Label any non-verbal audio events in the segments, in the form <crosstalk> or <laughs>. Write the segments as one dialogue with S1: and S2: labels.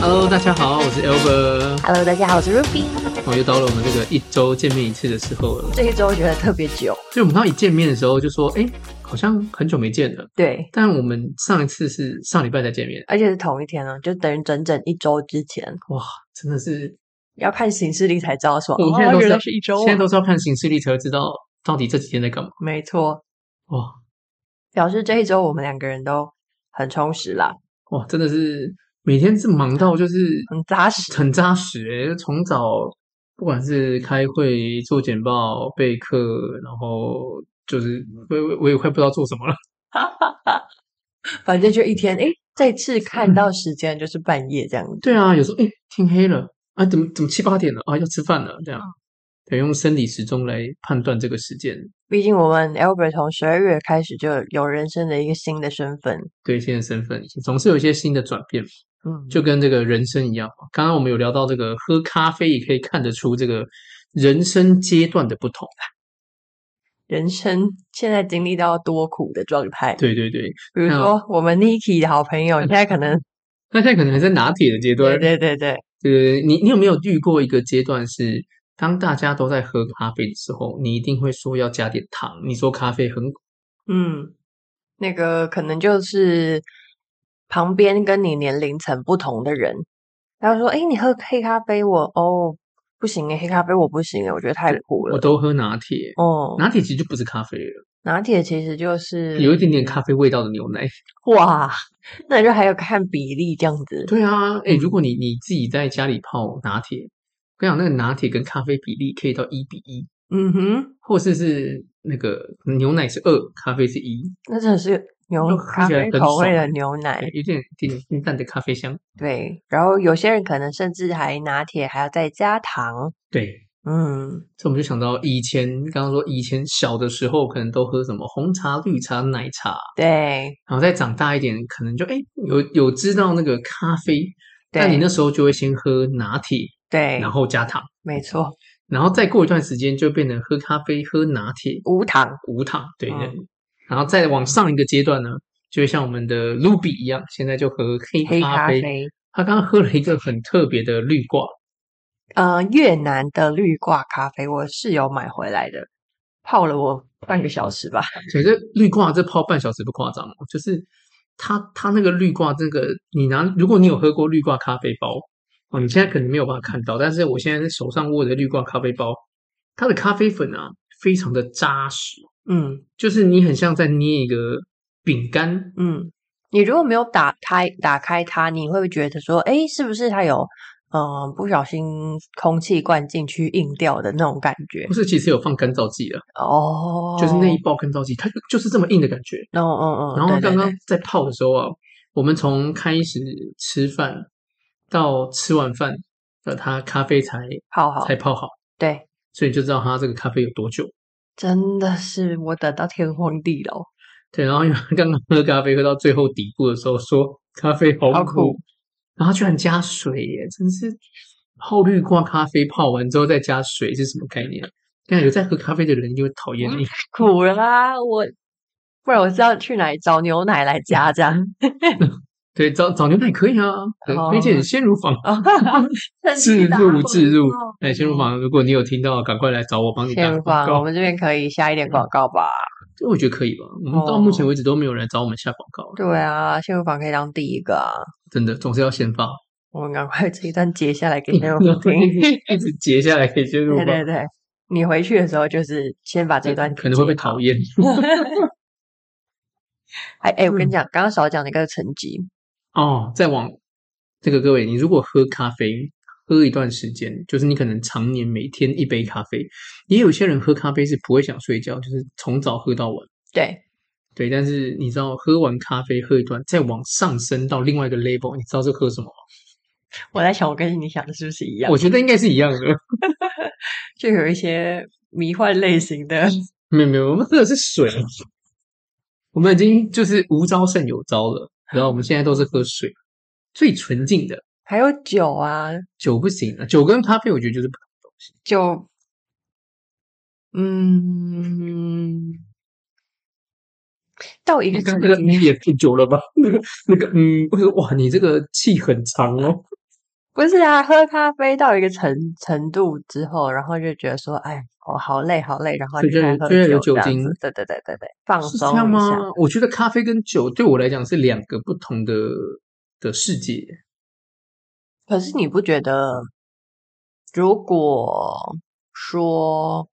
S1: Hello，大家好，我是 Albert，
S2: Hello，大家好，我是 Ruby。
S1: 我又到了我们这个一周见面一次的时候了。
S2: 这一周觉得特别久，
S1: 就我们刚一见面的时候就说，哎，好像很久没见了。
S2: 对，
S1: 但我们上一次是上礼拜才见面，
S2: 而且是同一天哦，就等于整整一周之前，
S1: 哇，真的是，
S2: 要看行事历才知道说，
S1: 我们现在都是
S2: 哦，原
S1: 要、
S2: 来是一周、
S1: 现在
S2: 啊，
S1: 都是要看行事历才会知道到底这几天在干嘛。
S2: 没错，
S1: 哇
S2: 表示这一周我们两个人都很充实啦，
S1: 哇，真的是每天是忙到就是
S2: 很扎实。
S1: 很扎实、欸，从早不管是开会、做简报、备课，然后就是我我我也快不知道做什么了。
S2: 反正就一天，诶，这次看到时间就是半夜这样子。
S1: 对啊，有时候哎、诶天黑了啊，怎么怎么七八点了啊，要吃饭了，这样
S2: 嗯
S1: 得用生理时钟来判断这个时间。
S2: 毕竟我们 Albert 从十二月开始就有人生的一个新的身份，
S1: 对现在身份总是有一些新的转变，
S2: 嗯，
S1: 就跟这个人生一样嘛。刚刚我们有聊到这个喝咖啡也可以看得出这个人生阶段的不同。
S2: 人生现在经历到多苦的状态。
S1: 对对对，
S2: 比如
S1: 那
S2: 说我们 Niki 的好朋友，现在可能
S1: 那现在可能还在拿铁的阶段
S2: 对。对对对，
S1: 对，你你有没有遇过一个阶段是，当大家都在喝咖啡的时候，你一定会说要加点糖，你说咖啡很苦，
S2: 嗯，那个可能就是旁边跟你年龄层不同的人，他会说：“哎，你喝黑咖啡我，哦不行诶，黑咖啡我不行诶，欸我觉得太苦
S1: 我
S2: 了。
S1: 都喝拿铁。
S2: 哦，
S1: 拿铁其实就不是咖啡了，
S2: 拿铁其实就是
S1: 有一点点咖啡味道的牛奶。
S2: 哇，那就还有看比例这样子。
S1: 对啊，哎、如果你你自己在家里泡拿铁，我跟你讲，那个拿铁跟咖啡比例可以到一比一，
S2: 嗯哼，
S1: 或是是那个牛奶是二，咖啡是一，
S2: 那真的是牛
S1: 就喝
S2: 咖
S1: 起来
S2: 啡
S1: 很
S2: 口味的
S1: 爽
S2: 牛奶
S1: 哎，有点点淡淡的咖啡香。
S2: 对。然后有些人可能甚至还拿铁还要再加糖，
S1: 对，
S2: 嗯。”
S1: 这我们就想到以前，刚刚说以前小的时候可能都喝什么红茶、绿茶、奶茶，
S2: 对
S1: 然后再长大一点，可能就哎有有知道那个咖啡，但你
S2: 对
S1: 那时候就会先喝拿铁，
S2: 对
S1: 然，后加糖，
S2: 没错，
S1: 然后再过一段时间就变成喝咖啡、喝拿铁
S2: 无糖，
S1: 无糖，对的。
S2: 嗯
S1: 然后再往上一个阶段呢，就会像我们的卢比一样，现在就喝黑
S2: 黑
S1: 咖
S2: 咖
S1: 啡。
S2: 啡，
S1: 他刚刚喝了一个很特别的绿挂，
S2: 呃，越南的绿挂咖啡，我室友买回来的，泡了我半个小时吧。
S1: 所以这绿挂这泡半小时不夸张哦，就是它它那个绿挂这个，你拿如果你有喝过绿挂咖啡包哦，你现在可能没有办法看到，但是我现在手上握着绿挂咖啡包，它的咖啡粉啊非常的扎实，
S2: 嗯
S1: 就是你很像在捏一个饼干，
S2: 嗯，你如果没有打开打开它，你会觉得说，诶，是不是它有嗯、呃不小心空气灌进去硬掉的那种感觉
S1: 不？是其实有放干燥剂啊了，
S2: 哦，
S1: 嗯就是那一包干燥剂，它就就是这么硬的感觉。
S2: 嗯嗯嗯，
S1: 然后
S2: 对对
S1: 刚刚
S2: 对
S1: 在泡的时候啊，我们从开始吃饭到吃完饭，呃，它咖啡才
S2: 泡好
S1: 才，泡好。
S2: 对，
S1: 所以你就知道它这个咖啡有多久。
S2: 真的是我等到天荒地老。 <laughs>
S1: 对，然后因为他刚刚喝咖啡喝到最后底部的时候说咖啡好苦，
S2: 好苦
S1: 然后居然加水耶，真是泡绿挂咖啡泡完之后再加水是什么概念？看有在喝咖啡的人就会讨
S2: 嗯
S1: 厌你。
S2: 苦了啦，我不然我是要去哪里找牛奶来加这样？
S1: 对，找找牛奶可以啊，可以
S2: 哦
S1: 推荐先乳坊 <laughs> 自
S2: 自啊
S1: 入自入。哎，
S2: 先
S1: 先乳坊，如果你有听到，赶快来找我帮你打
S2: 先入
S1: 广
S2: 房，我
S1: 告。嗯
S2: 们这边可以下一点广告吧？
S1: 这我觉得可以吧？我们
S2: 哦
S1: 到目前为止都没有人来找我们下广告，
S2: 对啊，先入房可以当第一个啊，
S1: 真的总是要先放，
S2: 我们赶快这一段截下来给先入房听。
S1: <laughs> 一直截下来可以先入
S2: 对
S1: 坊。
S2: 对对，你回去的时候就是先把这段
S1: 可能会被
S2: 截好
S1: 讨。厌。
S2: 哎哎，我跟
S1: 嗯
S2: 你讲，刚刚少讲了一个成绩，
S1: <laughs> 哦，再往这个各位，你如果喝咖啡喝一段时间，就是你可能常年每天一杯咖啡，也有些人喝咖啡是不会想睡觉，就是从早喝到晚。
S2: 对，
S1: 对，但是你知道喝完咖啡喝一段，再往上升到另外一个 level，你知道是喝什么吗？
S2: 我在想，我跟你想的是不是一样
S1: 我？觉得应该是一样的。
S2: 就有一些迷幻类型
S1: 嗯
S2: 的，
S1: 没有没有，我们喝的是水，我们已经就是无招胜有招了。然后我们现在都是喝水，最纯净的
S2: 还有酒啊，
S1: 酒不行啊，酒跟咖啡我觉得
S2: <laughs>
S1: 就是不
S2: 就，嗯，到一个
S1: 刚
S2: 程
S1: 那个
S2: 度
S1: 嗯也太久了吧？那个那个嗯，我说哇，你这个气很长哦。
S2: 不是啊，喝咖啡到一个程程度之后，然后就觉得说，哎，我、好累好累，然后
S1: 所以
S2: 就
S1: 就
S2: 开
S1: 是
S2: 始喝
S1: 就
S2: 酒
S1: 是有
S2: 这
S1: 酒
S2: 样子
S1: 精
S2: 对对对对对，放
S1: 是
S2: 松
S1: 这样
S2: 一
S1: 吗
S2: 下。？
S1: 我觉得咖啡跟酒对我来讲是两个不同的的世界。
S2: 可是你不觉得，如果说，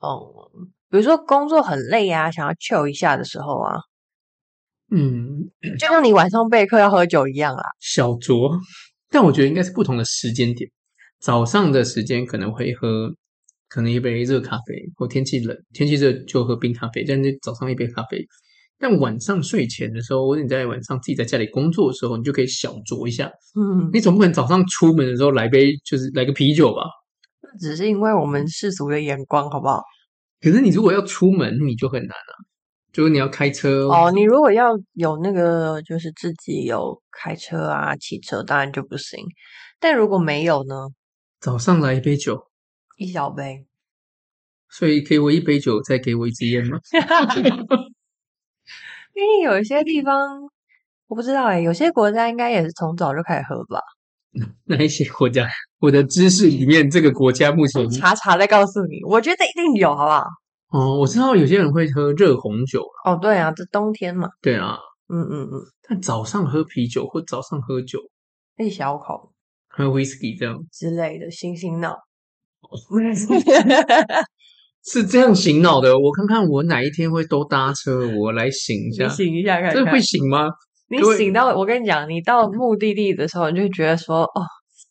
S2: 嗯，比如说工作很累啊，想要 chill 一下的时候
S1: <clears throat>
S2: 啊，
S1: 嗯，
S2: 就像你晚上备课要喝酒一样啦。啊
S1: 小酌，但我觉得应该是不同的时间点。早上的时间可能会喝，可能一杯热咖啡，或天气冷，天气热就喝冰咖啡，但是早上一杯咖啡。但晚上睡前的时候，或者你在晚上自己在家里工作的时候，你就可以小酌一下。
S2: 嗯，
S1: 你总不可能早上出门的时候来杯就是来个啤酒吧？
S2: 只是因为我们世俗的眼光，好不好？
S1: 可是你如果要出门，你就很难了、就是你要开车
S2: 哦，你如果要有那个，就是自己有开车啊、骑车，当然就不行。但如果没有呢？
S1: 早上来一杯酒，
S2: 一小杯，
S1: 所以给我一杯酒，再给我一支烟吗？
S2: 因为有一些地方我不知道哎、有些国家应该也是从早就开始喝吧。
S1: <laughs> 那一些国家，我的知识里面，这个国家目前
S2: <laughs> 查查再告诉你，我觉得一定有，好不好？
S1: 嗯哦，我知道有些人会喝热红酒啦，
S2: 哦，对啊，这冬天嘛，
S1: 对啊，
S2: 嗯嗯嗯，
S1: 但早上喝啤酒或早上喝酒
S2: 一小口
S1: 喝 whisky 这样，
S2: 之类的，醒醒脑。哦 <laughs>
S1: 是这样醒脑的。我看看我哪一天会都搭车，我来醒一
S2: 你
S1: 下，
S2: 醒一下看
S1: 这
S2: 看
S1: 会。醒吗？
S2: 你
S1: 各位
S2: 醒到，我跟你讲，你到目的地的时候，你就觉得说，哦，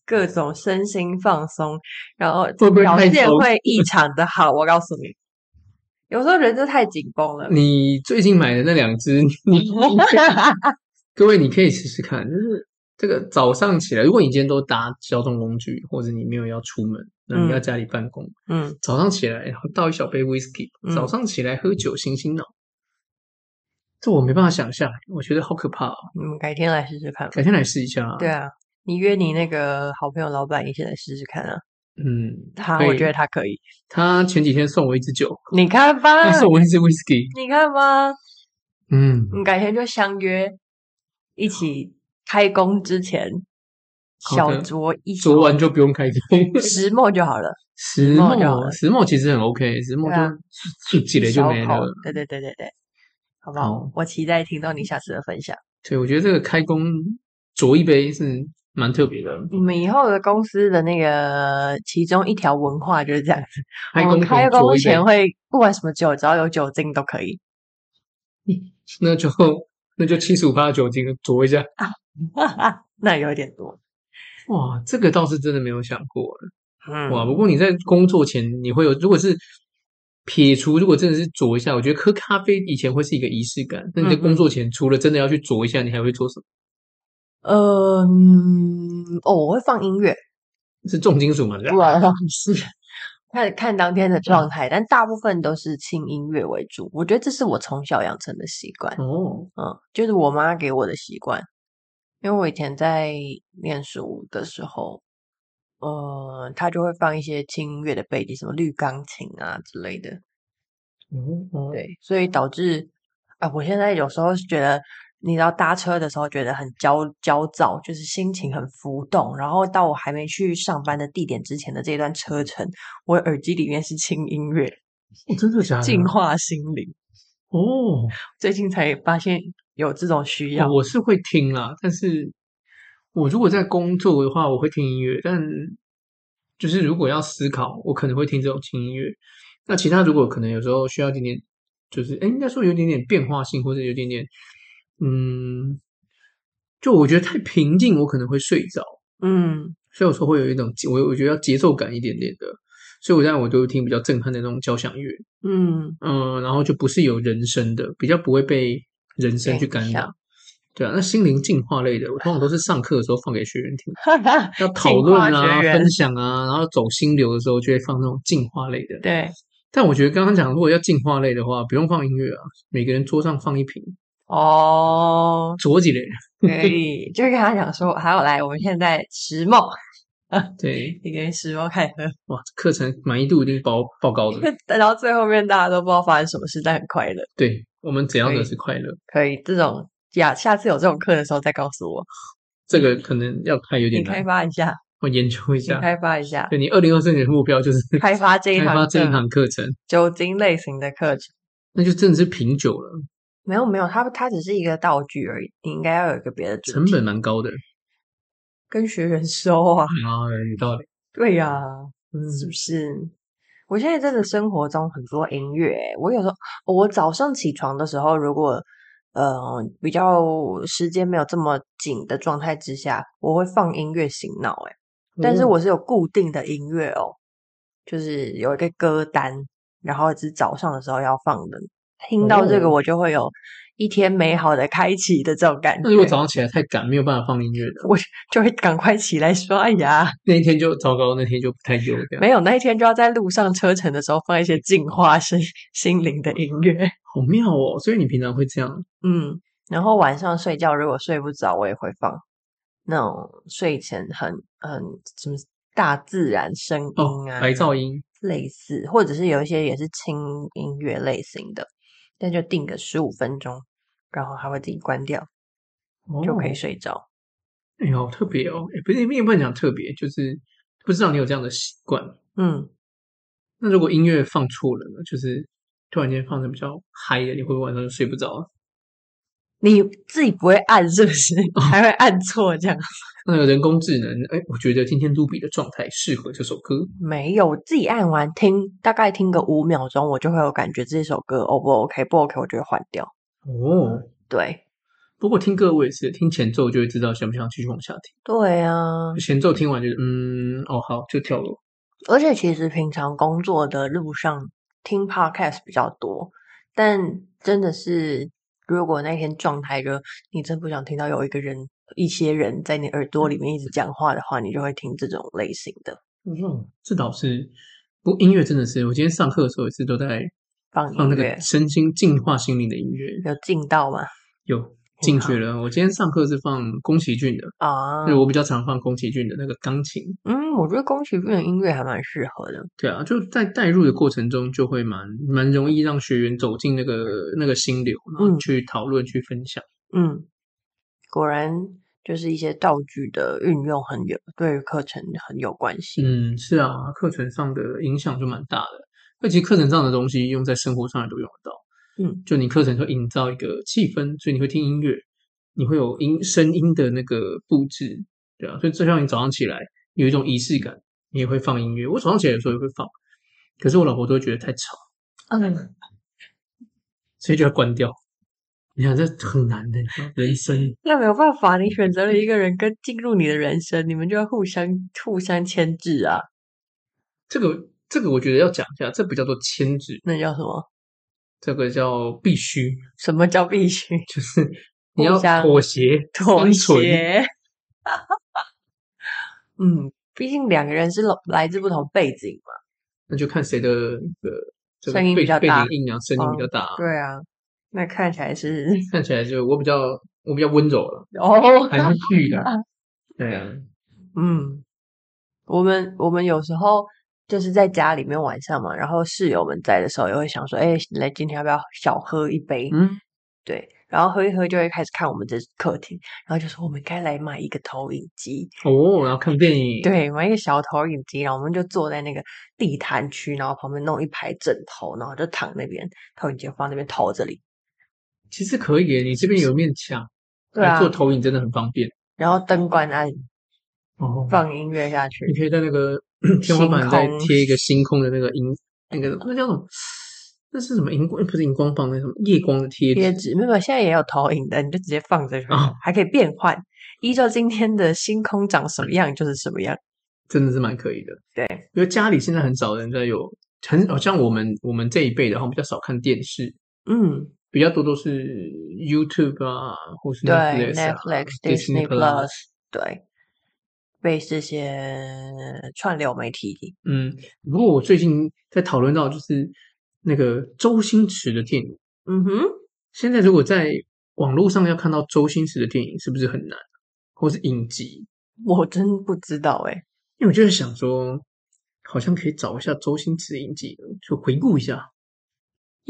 S2: 各种身心放松，然后
S1: 会不会
S2: 表
S1: 太
S2: 现
S1: 松
S2: 会
S1: <laughs>
S2: 异常的好。我告诉你，有时候人就太紧绷了。
S1: 你最近买的那两
S2: <laughs>
S1: 只，你各位你可以试试看，就是这个早上起来，如果你今天都搭交通工具，或者你没有要出门，那你要
S2: 嗯
S1: 家里办公，
S2: 嗯，
S1: 早上起来然后倒一小杯 whisky，
S2: 嗯
S1: 早上起来喝酒醒醒脑，这我没办法想象，我觉得好可怕、哦。
S2: 你们改天来试试看。
S1: 改天来试一下、
S2: 对，啊，你约你那个好朋友老板一起来试试看啊。
S1: 嗯，
S2: 他，
S1: 可
S2: 我
S1: 以
S2: 觉得他可以。
S1: 他前几天送我一支酒，
S2: 你看吧
S1: 他，送我一支 whisky，
S2: 你看吧，
S1: 嗯，
S2: 你改天就相约一起开工之前
S1: 好
S2: 小
S1: 的
S2: 酌一
S1: 昨
S2: 小
S1: 晚就不
S2: <laughs>
S1: 用开工。
S2: 石墨就好了，
S1: 石
S2: 墨就好了
S1: 墨，石墨其实很 OK，石墨
S2: 对啊
S1: 就就几
S2: 一
S1: 雷就
S2: 小
S1: 没
S2: 口
S1: 了。。
S2: 对对对对对，好不好？
S1: 好
S2: 我期待听到你下次的分享。
S1: 对，我觉得这个开工酌一杯是蛮特别的。
S2: 你们以后的公司的那个其中一条文化就是这样
S1: <laughs>
S2: 子，
S1: 开
S2: 我
S1: 工
S2: 们开
S1: 前酌
S2: 工
S1: 一杯
S2: 前，会不管什么酒，只要有酒精都可以。 <laughs>
S1: 那就 <laughs> 那就七十五的酒精酌一下。
S2: 那有点多，
S1: 哇，这个倒是真的没有想过。
S2: 嗯，
S1: 哇，不过你在工作前你会有，如果是撇除，如果真的是酌一下，我觉得喝咖啡以前会是一个仪式感。那你在
S2: 嗯嗯
S1: 工作前除了真的要去酌一下，你还会做什么？
S2: 呃嗯，哦，我会放音乐， <laughs>
S1: 是重金属吗？对吧
S2: 不
S1: <laughs>
S2: 然老师看看当天的状态，但大部分都是轻音乐为主。我觉得这是我从小养成的习惯，
S1: 哦，
S2: 嗯，就是我妈给我的习惯。因为我以前在念书的时候，呃，她就会放一些轻音乐的背景，什么绿钢琴啊之类的，
S1: 哦哦，
S2: 对，所以导致啊、我现在有时候是觉得，你知道搭车的时候觉得很焦焦躁，就是心情很浮动。然后到我还没去上班的地点之前的这段车程，我耳机里面是轻音乐，
S1: 哦真的假的？
S2: 净化心灵。
S1: 哦，
S2: 最近才发现有这种需要，
S1: 我是会听啦，但是我如果在工作的话，我会听音乐，但就是如果要思考，我可能会听这种轻音乐。那其他如果可能有时候需要一点点，就是哎，诶应该说有点点变化性，或者有点点，嗯，就我觉得太平静，我可能会睡着，
S2: 嗯，
S1: 所以有时候会有一种我我觉得要节奏感一点点的，所以我现在我都听比较震撼的那种交响乐，
S2: 嗯，
S1: 嗯，然后就不是有人声的，比较不会被人声去干
S2: 影
S1: 扰
S2: 响。
S1: 对啊，那心灵净化类的，我通常都是上课的时候放给学员听，要讨
S2: 净
S1: 论
S2: 化
S1: 啊、
S2: 学员
S1: 分享啊，然后走心流的时候就会放那种净化类的。<laughs>
S2: <laughs> 对，
S1: 但我觉得刚刚讲，如果要净化类的话，不用放音乐啊，每个人桌上放一瓶，
S2: 哦，
S1: 酌几类。
S2: 可以， <laughs> 就是跟他讲说，还有来，我们现在石梦，
S1: 对，
S2: 你跟石梦开喝。
S1: 哇，课程满意度一定爆爆高
S2: <laughs>
S1: 的。
S2: 等到最后面，大家都不知道发生什么事，但很快乐。
S1: 对我们怎样
S2: 可
S1: 的
S2: 以
S1: 是快乐？
S2: 可以，这种呀，下次有这种课的时候再告诉我。
S1: 这
S2: <laughs>
S1: 个可能要开有点
S2: 你开
S1: 难，
S2: 发一下，
S1: 我研究一
S2: 你
S1: 下。
S2: 开发一下，
S1: 对你二零二四年的目标就是
S2: 开发这一
S1: 开
S2: 堂
S1: 发这一
S2: 课
S1: 堂课程，
S2: 酒精类型的课程。
S1: <laughs> 那就真的是品酒了，
S2: 没有没有，它它只是一个道具而已，你应该要有一个别的主
S1: 成
S2: 题
S1: 本蛮高的。
S2: 跟学员收啊。
S1: 啊，有道理。
S2: 对呀、
S1: 嗯，
S2: 是不是？我现在真的生活中很多音乐欸，我有时候我早上起床的时候，如果呃比较时间没有这么紧的状态之下，我会放音乐醒脑，哎，但是
S1: 哦
S2: 我是有固定的音乐哦，就是有一个歌单，然后是早上的时候要放的。听到这个，
S1: 哦
S2: 我就会有一天美好的开启的这种感觉
S1: 那，如果早上起来太赶，没有办法放音乐的，
S2: 我就会赶快起来刷牙。
S1: 那一天就糟糕，那天就不太优这样
S2: 没，有，那一天就要在路上车程的时候放一些净化身心灵的音乐。
S1: 好妙哦。所以你平常会这样，
S2: 嗯，然后晚上睡觉如果睡不着，我也会放那种睡前很很什么大自然声
S1: 哦
S2: 音啊，
S1: 白噪音
S2: 类似，或者是有一些也是轻音乐类型的，但就定个十五分钟，然后它会自己关掉，就可以
S1: 哦
S2: 睡着。
S1: 哎呦，好特别哦！哎，不是，也不能讲特别，就是不知道你有这样的习惯。
S2: 嗯，
S1: 那如果音乐放错了呢？就是突然间放的比较嗨的，你会不会晚上就睡不着啊？
S2: 你自己不会按是不是？
S1: 哦
S2: 还会按错这样？
S1: 那个人工智能，哎，我觉得今天卢比的状态适合这首歌。
S2: 没有，我自己按完听，大概听个五秒钟，我就会有感觉这首歌 O 不 OK，不 OK 我就会换掉。
S1: 哦，
S2: 对，
S1: 不过听歌我也是听前奏就会知道想不想继续往下听，
S2: 对啊，
S1: 前奏听完就是嗯，哦好，就跳了。
S2: 而且其实平常工作的路上听 podcast 比较多，但真的是如果那天状态就你真不想听到有一个人、一些人在你耳朵里面一直讲话的话，你就会听这种类型的
S1: 嗯，这倒是。不过音乐真的是，我今天上课的时候也是都在
S2: 放
S1: 放
S2: 音
S1: 那
S2: 乐
S1: 个，身心净化心灵的音乐，
S2: 有进到吗？
S1: 有进
S2: 好
S1: 去了。我今天上课是放宫崎骏的，
S2: 啊，
S1: 对我比较常放宫崎骏的那个钢琴。
S2: 嗯，我觉得宫崎骏的音乐还蛮适合的。
S1: 对啊，就在带入的过程中，就会蛮蛮容易让学员走进那个那个心流，然后
S2: 嗯
S1: 去讨论、去分享。
S2: 嗯，果然就是一些道具的运用很有对于课程很有关系。
S1: 嗯，是啊，课程上的影响就蛮大的。而且课程上的东西用在生活上也都用得到。
S2: 嗯，
S1: 就你课程会营造一个气氛，所以你会听音乐，你会有音声音的那个布置，对啊，所以就像你早上起来有一种仪式感，你也会放音乐。我早上起来有时候也会放，可是我老婆都会觉得太吵，
S2: 嗯，
S1: 所以就要关掉。你看这很难的，你知道人生。
S2: 那没有办法，你选择了一个人跟进入你的人生，你们就要互相互相牵制啊。
S1: 这个这个我觉得要讲一下，这不叫做牵制，
S2: 那叫什么？
S1: 这个叫必须，
S2: 什么叫必须
S1: 就是你
S2: 互
S1: 要
S2: 相
S1: 妥协、
S2: 妥
S1: 生存。
S2: 协？ <laughs> 嗯，毕竟两个人是来自不同背景嘛。
S1: 那就看谁的呃这个
S2: 声音
S1: 背
S2: 比较
S1: 背
S2: 大
S1: 景音量啊声音比较大，
S2: 对啊，那看起来是 <laughs>
S1: 看起来就我比较我比较温柔了，
S2: 哦，
S1: 含蓄
S2: <laughs>
S1: 了。对啊，
S2: 嗯，我们我们有时候就是在家里面晚上嘛，然后室友们在的时候也会想说，哎、来今天要不要小喝一杯？
S1: 嗯，
S2: 对，然后喝一喝就会开始看我们的客厅，然后就说我们该来买一个投影机，
S1: 哦，然后看电影，，
S2: 对，买一个小投影机，然后我们就坐在那个地毯区，然后旁边弄一排枕头，然后就躺那边，投影机放那边头这里，
S1: 其实可以耶，你这边有一面墙，
S2: 对
S1: 来
S2: 啊
S1: 做，投影真的很方便。
S2: 然后灯关暗，
S1: 哦，
S2: 放音乐下去
S1: 你，可以在那个 <clears throat> 天花板再
S2: 星空
S1: 贴一个星空的那个荧，那个那叫什么？那是什么荧光？不是荧光棒，那什么夜光的贴
S2: 贴
S1: 纸？
S2: 纸没有，现在也有投影的，你就直接放着就好，
S1: 哦
S2: 还可以变换，依照今天的星空长什么样就是什么样。
S1: 真的是蛮可以的。
S2: 对，
S1: 因为家里现在很少人在有，很好像我们我们这一辈的，好像比较少看电视，
S2: 嗯，
S1: 比较多都是 YouTube 啊，或是
S2: 对
S1: Netflix 啊、
S2: ，Netflix、
S1: Disney
S2: Disney Plus，对，被这些串流媒体，
S1: 嗯，不过我最近在讨论到就是那个周星驰的电影，
S2: 嗯哼，
S1: 现在如果在网络上要看到周星驰的电影，是不是很难？或是影集？
S2: 我真不知道哎、
S1: 因为我就在想说，好像可以找一下周星驰的影集，就回顾一下。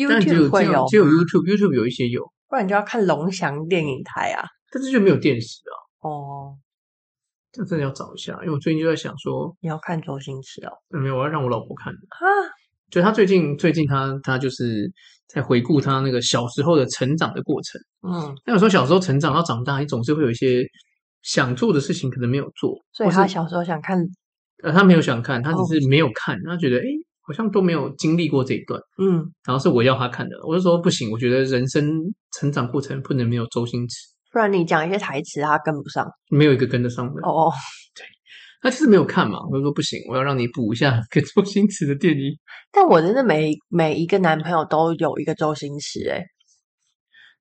S1: 但只有只
S2: YouTube 会
S1: 有
S2: 有
S1: 只有
S2: 吗
S1: YouTube，YouTube 有一些有，
S2: 不然你就要看龙翔电影台啊。
S1: 但是就没有电视啊。
S2: 哦，
S1: 这真的要找一下，因为我最近就在想说，
S2: 你要看周星驰哦，
S1: 呃没有，我要让我老婆看。
S2: 哈，
S1: 就他最近最近他他就是在回顾他那个小时候的成长的过程。
S2: 嗯，
S1: 那有时候小时候成长到长大，你总是会有一些想做的事情，可能没有做，
S2: 所以
S1: 或
S2: 他
S1: 是
S2: 小时候想看，
S1: 呃他没有想看，他
S2: 哦
S1: 只是没有看，他觉得诶好像都没有经历过这一段。
S2: 嗯，
S1: 然后是我要他看的，我就说不行，我觉得人生成长过程不能没有周星驰，
S2: 不然你讲一些台词他跟不上。
S1: 没有一个跟得上的。
S2: 哦哦，
S1: 他就是没有看嘛，我就说不行，我要让你补一下 <laughs> 跟周星驰的电影。
S2: 但我真的每每一个男朋友都有一个周星驰，哎，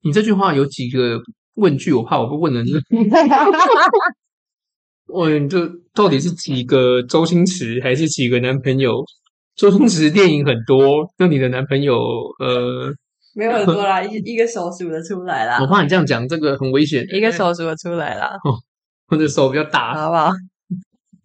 S1: 你这句话有几个问句，我怕我不问了你。 <laughs> 我就到底是几个周星驰，还是几个男朋友？周星驰电影很多，那你的男朋友，呃，
S2: 没有很多啦，一一个手数的出来啦
S1: 我怕你这样讲，这个很危险。
S2: 一个，手数的出来啦，
S1: 我的手比较大，
S2: 好不好？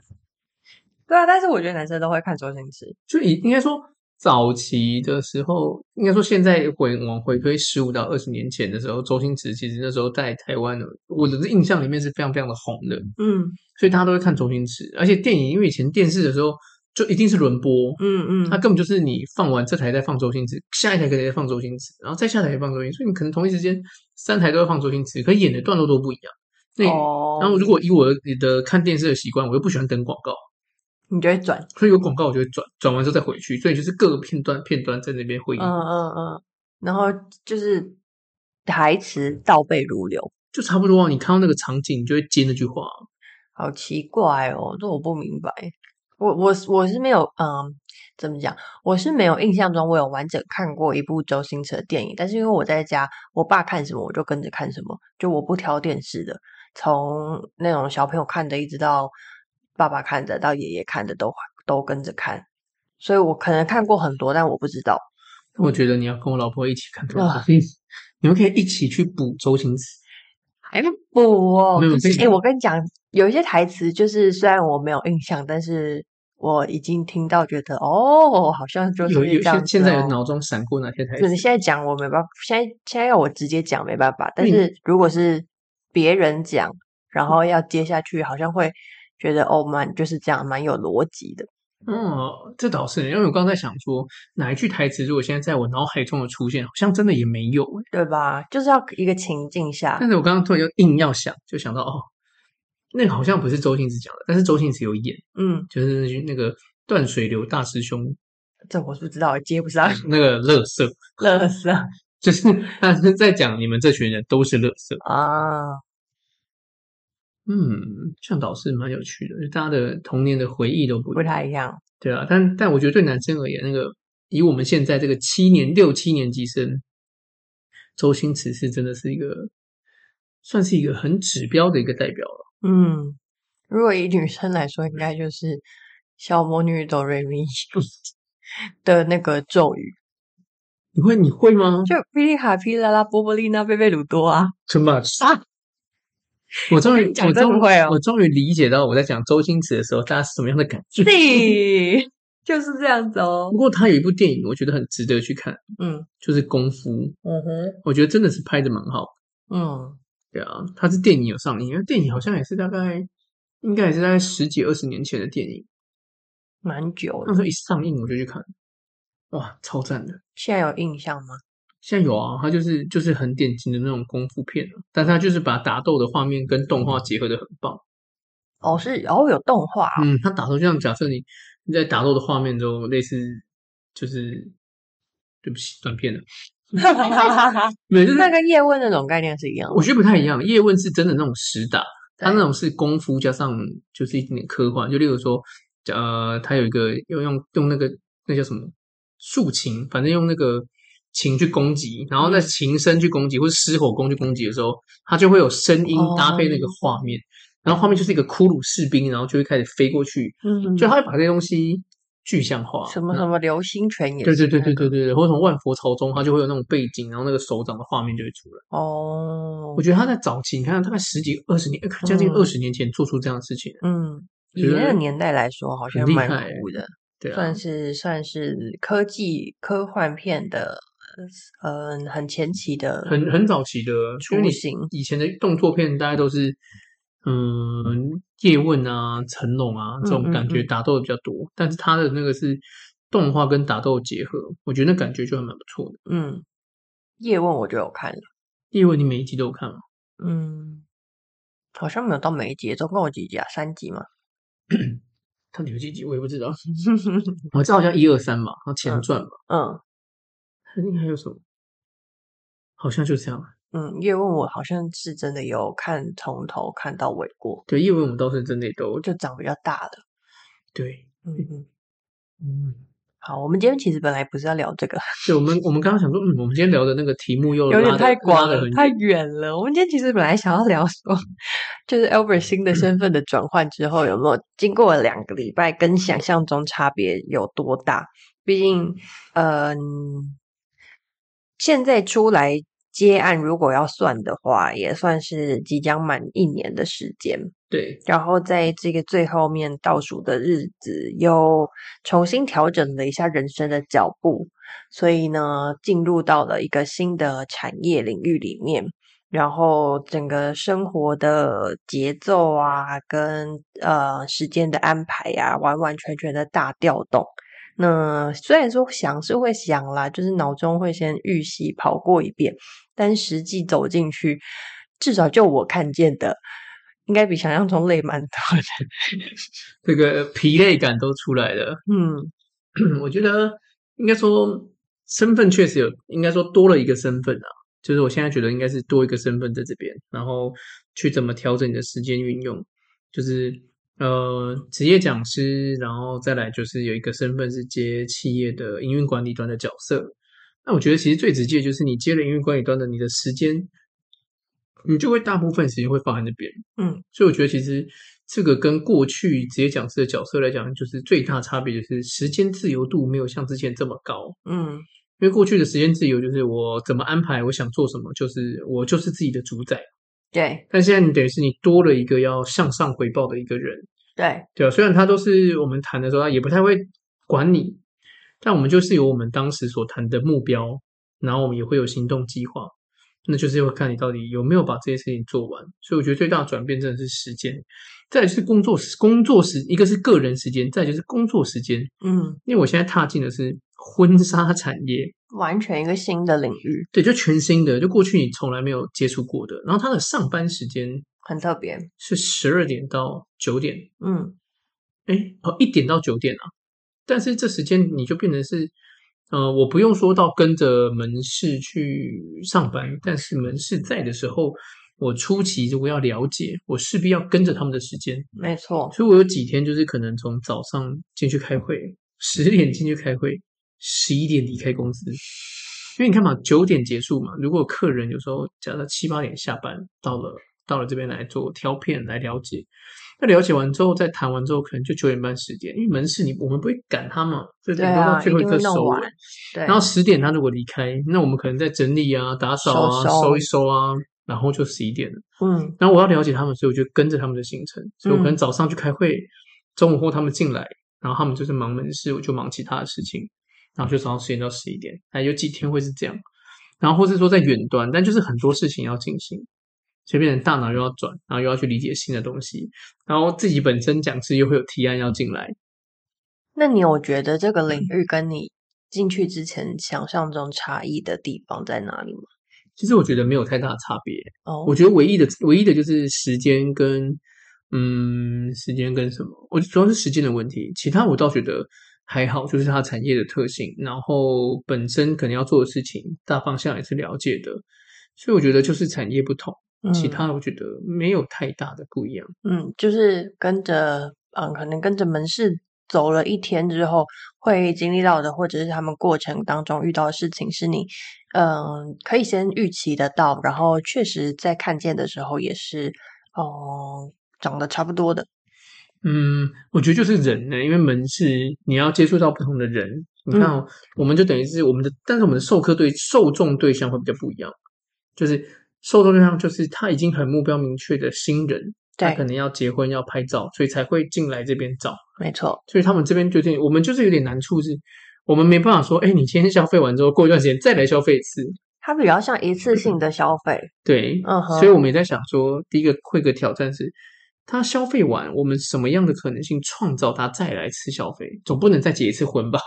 S2: <laughs> 对啊，但是我觉得男生都会看周星驰，
S1: 就以应该说早期的时候，应该说现在回往回推十五到二十年前的时候，周星驰其实那时候在台湾的，我的印象里面是非常非常的红的。
S2: 嗯
S1: 所以大家都会看周星驰。而且电影，因为以前电视的时候就一定是轮播，
S2: 嗯
S1: 它
S2: 嗯，
S1: 根本就是你放完这台再放周星驰，下一台可能再放周星驰，然后再下台再放周星驰，所以你可能同一时间三台都要放周星驰，可演的段落都不一样。那、
S2: 哦，
S1: 然后如果以我的看电视的习惯，我又不喜欢等广告，
S2: 你就会转，
S1: 所以有广告我就会转转完之后再回去，所以就是各个片段片段在那边会
S2: 嗯嗯嗯，然后就是台词倒背如流，
S1: 就差不多、啊。你看到那个场景，你就会接那句话。啊
S2: 好奇怪哦，这我不明白。我我是我是没有，嗯，怎么讲？我是没有印象中我有完整看过一部周星驰的电影，但是因为我在家，我爸看什么我就跟着看什么，就我不挑电视的，从那种小朋友看的，一直到爸爸看的，到爷爷看的都都跟着看，所以我可能看过很多，但我不知道。
S1: 我觉得你要跟我老婆一起看周
S2: 哇
S1: 星驰，你们可以一起去补周星驰。
S2: 还补哦，
S1: 没有
S2: 就是
S1: 这个
S2: 哎、我跟你讲，有一些台词就是虽然我没有印象，但是我已经听到，觉得哦，好像就是
S1: 有有
S2: 这样、哦
S1: 些。现在有脑中闪过哪些台词
S2: 对，？你现在讲我没办法，现在现在要我直接讲没办法，但
S1: 嗯
S2: 是如果是别人讲，然后要接下去，好像会觉得哦，蛮就是这样，蛮有逻辑的。
S1: 嗯，这倒是，因为我刚才想说，哪一句台词如果现在在我脑海中的出现，好像真的也没有欸。
S2: 对吧？就是要一个情境下，
S1: 但是我刚刚突然又硬要想，就想到哦，那个好像不是周星驰讲的，但是周星驰有演，
S2: 嗯，
S1: 就是那句那个断水流大师兄
S2: 这我是不知道，接不上 <laughs>
S1: 那个乐色，
S2: 乐色
S1: 就是他是在讲你们这群人都是乐色。
S2: 啊，
S1: 嗯，这样倒是蛮有趣的，就大家的童年的回忆都不一
S2: 不
S1: 样。
S2: 太一样。
S1: 对啊，但但我觉得对男生而言，那个以我们现在这个七年六七年级生，周星驰是真的是一个算是一个很指标的一个代表了。
S2: 嗯，如果以女生来说，应该就是《小魔女哆瑞咪》 <laughs> 的那个咒语，
S1: 你会你会吗？
S2: 就噼里卡噼啦啦波波利娜贝贝鲁多啊，
S1: Too much 我终于
S2: 你 <laughs> 讲
S1: 我
S2: 真
S1: 终于
S2: 不会哦
S1: 我终于理解到我在讲周星驰的时候，大家是什么样的感觉。
S2: <laughs> 对，就是这样子哦
S1: 不。过他有一部电影，我觉得很值得去看，
S2: 嗯
S1: 就是《功夫》，
S2: 嗯哼，
S1: 我觉得真的是拍的蛮好的。
S2: 嗯，
S1: 对啊，它是电影有上映，因为电影好像也是大概应该也是在十几二十年前的电影。
S2: 蛮久
S1: 那
S2: 了
S1: 时，候一上映我就去看，哇，超赞的！
S2: 现在有印象吗？
S1: 现在有啊，它就是就是很典型的那种功夫片啊，但它就是把打斗的画面跟动画结合的很棒。
S2: 哦，是哦，有动画哦，
S1: 嗯，它打斗就像假设你你在打斗的画面中，类似就是对不起断片了， <laughs> 没有就是
S2: 那跟叶问那种概念是一样的。
S1: 我觉得不太一样。叶问是真的那种实打，他那
S2: 对
S1: 种是功夫加上就是一点点科幻，就例如说，呃，他有一个用用用那个那叫什么竖琴，反正用那个琴去攻击，然后那
S2: 嗯
S1: 琴声去攻击或者狮吼功去攻击的时候，它就会有声音
S2: 哦
S1: 搭配那个画面，然后画面就是一个骷髅士兵，然后就会开始飞过去，
S2: 嗯，
S1: 就他会把这些东西具象化，
S2: 什么
S1: 那
S2: 什么流星拳也
S1: 嗯
S2: 啊
S1: 对对
S2: 是
S1: 对
S2: 那
S1: 对
S2: 个
S1: 对对对，或者从万佛朝宗，它就会有那种背景，然后那个手掌的画面就会出来。
S2: 哦
S1: 我，觉得他在早期，你看大概十几、二十年，呃将近
S2: 嗯
S1: 二十年前做出这样的事情，
S2: 嗯，以
S1: 觉得
S2: 那个年代来说，好
S1: 很
S2: 像
S1: 厉
S2: 蛮
S1: 害
S2: 酷的。
S1: 对啊
S2: 算，是算是科技科幻片的，嗯、很前期的，
S1: 很很早期的，因为
S2: 雏形
S1: 你以前的动作片大概都是嗯，叶问啊、成龙啊这
S2: 嗯
S1: 种感觉打斗的比较多，但是他的那个是动画跟打斗结合，我觉得那感觉就还蛮不错的。
S2: 嗯，叶问我就有看了，
S1: 叶问你每一集都有看吗？
S2: 嗯，好像没有到每一集，总共有几集啊？三集嘛。
S1: 他有几集我也不知
S2: <laughs>
S1: 道，我知道好像一二三嘛，然后前传嘛，
S2: 嗯
S1: 肯定还有什么，好像就这样。
S2: 嗯，叶问我好像是真的有看从头看到尾过，
S1: 对，叶问我们倒是真的也都
S2: 就长比较大的。
S1: 对，
S2: 嗯嗯，
S1: 嗯，
S2: 好，我们今天其实本来不是要聊这个，
S1: 对，我们我们刚刚想说，嗯，我们今天聊的那个题目又
S2: 有
S1: 拉
S2: 点
S1: 得
S2: 太广
S1: 拉得
S2: 了
S1: 很，
S2: 太
S1: 远。
S2: 远了。我们今天其实本来想要聊说，就是 Albert 新的身份的转换之后，有没有经过了两个礼拜，跟想象中差别有多大？毕竟，嗯、现在出来接案，如果要算的话，也算是即将满一年的时间。
S1: 对，
S2: 然后在这个最后面倒数的日子，又重新调整了一下人生的脚步，所以呢，进入到了一个新的产业领域里面，然后整个生活的节奏啊，跟呃时间的安排啊，完完全全的大调动。那虽然说想是会想啦，就是脑中会先预习跑过一遍，但实际走进去，至少就我看见的，应该比想象中累蛮多的。 <laughs>
S1: 这个疲累感都出来了。
S2: 嗯，
S1: <clears throat> 我觉得应该说身份确实有，应该说多了一个身份啊。就是我现在觉得应该是多一个身份在这边，然后去怎么调整你的时间运用，就是呃职业讲师，然后再来就是有一个身份是接企业的营运管理端的角色。那我觉得其实最直接就是你接了营运管理端的，你的时间，你就会大部分时间会放在那边。
S2: 嗯，
S1: 所以我觉得其实这个跟过去职业讲师的角色来讲，就是最大差别就是时间自由度没有像之前这么高。
S2: 嗯
S1: 因为过去的时间自由就是我怎么安排，我想做什么，就是我就是自己的主宰。
S2: 对
S1: 但现在你等于是你多了一个要向上回报的一个人，
S2: 对，
S1: 对啊，虽然他都是我们谈的时候，他也不太会管你，但我们就是有我们当时所谈的目标，然后我们也会有行动计划，那就是会看你到底有没有把这些事情做完。所以我觉得最大的转变真的是时间，再来就是工作时工作时，一个是个人时间，再来就是工作时间。
S2: 嗯，
S1: 因为我现在踏进的是婚纱产业，
S2: 完全一个新的领域，
S1: 对，就全新的，就过去你从来没有接触过的。然后他的上班时间
S2: 很特别。
S1: 是十二点到九点，
S2: 嗯
S1: 哎，哦，一点到九点啊，但是这时间你就变成是，呃，我不用说到跟着门市去上班，但是门市在的时候，我初期如果要了解，我势必要跟着他们的时间，
S2: 没错，
S1: 所以我有几天就是可能从早上进去开会，十点进去开会，十一点离开公司，因为你看嘛，九点结束嘛，如果客人有时候假设七八点下班到了，到了这边来做挑片来了解，那了解完之后再谈完之后，可能就九点半十点，因为门市你我们不会赶他嘛，所以
S2: 对
S1: 等到
S2: 啊，一
S1: 最后
S2: 定
S1: 刻
S2: 会弄
S1: 收尾
S2: 完。。对，
S1: 然后十点他如果离开，那我们可能在整理啊、打扫啊、
S2: 收收
S1: 收一收啊，然后就十一点了。
S2: 嗯
S1: 然后我要了解他们，所以我就跟着他们的行程，所以我可能
S2: 嗯
S1: 早上去开会，中午后他们进来，然后他们就是忙门事，我就忙其他的事情，然后就早上十点到十一点，哎，有几天会是这样，然后或是说在远端，但就是很多事情要进行，所以变成大脑又要转，然后又要去理解新的东西，然后自己本身讲师又会有提案要进来，
S2: 那你有觉得这个领域跟你进去之前想象中差异的地方在哪里吗？
S1: 其实我觉得没有太大的差别，
S2: 哦
S1: 我，觉得唯一的唯一的就是时间跟嗯时间跟什么，我主要是时间的问题，其他我倒觉得还好，就是它产业的特性，然后本身可能要做的事情大方向也是了解的，所以我觉得就是产业不同，其
S2: 嗯
S1: 他我觉得没有太大的不一样。
S2: 嗯，就是跟着，嗯，可能跟着门市走了一天之后，会经历到的，或者是他们过程当中遇到的事情，是你，嗯，可以先预期得到，然后确实在看见的时候也是，哦、长得差不多的，
S1: 嗯，我觉得就是人呢，因为门是你要接触到不同的人，你看、哦，我们就等于是我们的，但是我们的授课对受众对象会比较不一样，就是受众对象就是他已经很目标明确的新人，他
S2: 对
S1: 可能要结婚要拍照，所以才会进来这边找，
S2: 没错，
S1: 所以他们这边就有点，我们就是有点难处是，我们没办法说，哎，你今天消费完之后，过一段时间再来消费一次，
S2: 它比较像一次性的消费，
S1: 对，
S2: 嗯哼
S1: 所以我们也在想说，第一个会有个挑战是，它消费完，我们什么样的可能性创造它再来吃消费？总不能再结一次婚吧？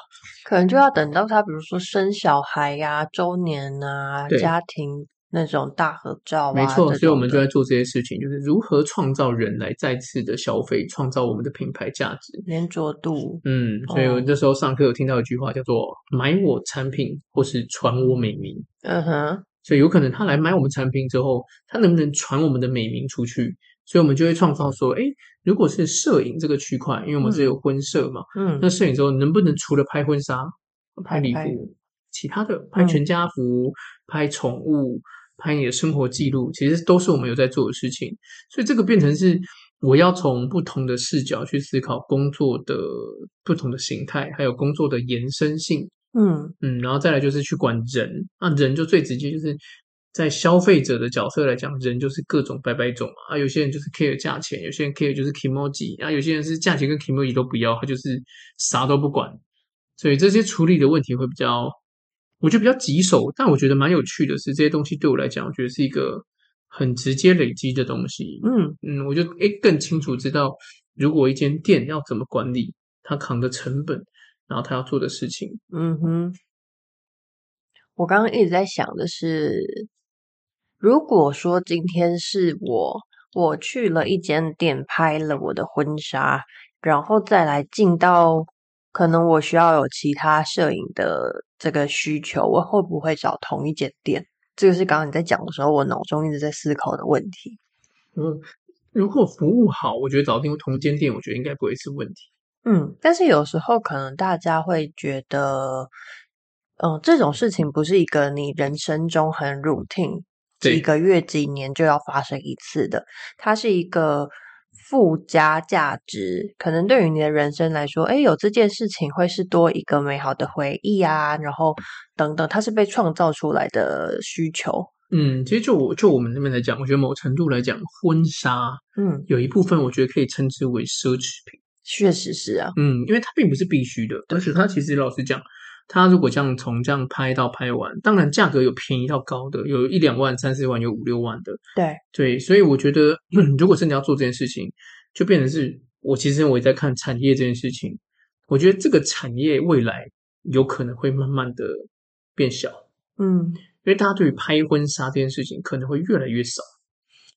S2: 可能就要等到他，比如说生小孩呀、周年啊、
S1: 对
S2: 家庭那种大合照啊，
S1: 没错，
S2: 这
S1: 所以我
S2: 种
S1: 们
S2: 的
S1: 就在做这些事情，就是如何创造人来再次的消费，创造我们的品牌价值。
S2: 粘着度，
S1: 嗯，所以我
S2: 哦
S1: 那时候上课有听到一句话叫做“买我产品或是传我美名
S2: 嗯哼，”，
S1: 所以有可能他来买我们产品之后，他能不能传我们的美名出去？所以我们就会创
S2: 哦
S1: 造说，哎，如果是摄影这个区块，因为我们是有婚摄嘛，
S2: 嗯
S1: 那摄影之后能不能除了拍婚纱、拍
S2: 拍
S1: 礼
S2: 拍
S1: 服，其他的拍
S2: 嗯
S1: 全家福、拍宠物、拍你的生活记录，其实都是我们有在做的事情。所以这个变成是我要从不同的视角去思考工作的不同的形态，还有工作的延伸性。
S2: 嗯，
S1: 嗯，然后再来就是去管人，那人就最直接就是。在消费者的角色来讲，人就是各种百百种嘛啊，有些人就是 care 价钱，有些人 care 就是 emoji，啊，有些人是价钱跟 emoji 都不要，他就是啥都不管，所以这些处理的问题会比较，我觉得比较棘手，但我觉得蛮有趣的是，这些东西对我来讲，我觉得是一个很直接累积的东西。
S2: 嗯
S1: 嗯，我就诶更清楚知道，如果一间店要怎么管理，他扛的成本，然后他要做的事情。
S2: 嗯哼，我刚刚一直在想的是，如果说今天是我，我去了一间店拍了我的婚纱，然后再来进到可能我需要有其他摄影的这个需求，我会不会找同一间店？这个是刚刚你在讲的时候，我脑中一直在思考的问题。
S1: 嗯，如果服务好，我觉得找定同间店，我觉得应该不会是问题。
S2: 嗯，但是有时候可能大家会觉得，嗯、这种事情不是一个你人生中很 routine，
S1: 对
S2: 几个月、几年就要发生一次的，它是一个附加价值。可能对于你的人生来说，哎，有这件事情会是多一个美好的回忆啊，然后等等，它是被创造出来的需求。
S1: 嗯，其实就我就我们这边来讲，我觉得某程度来讲，婚纱
S2: 嗯，
S1: 有一部分我觉得可以称之为奢侈品。
S2: 确实是啊，
S1: 嗯，因为它并不是必须的，而且它其实老实讲，它如果这样从这样拍到拍完，当然价格有便宜到高的，有一两万、三四万，有五六万的，
S2: 对，
S1: 对，所以我觉得， <clears throat> 如果真的要做这件事情，就变成是我其实我也在看产业这件事情，我觉得这个产业未来有可能会慢慢的变小，
S2: 嗯。
S1: 因为大家对于拍婚纱这件事情可能会越来越少。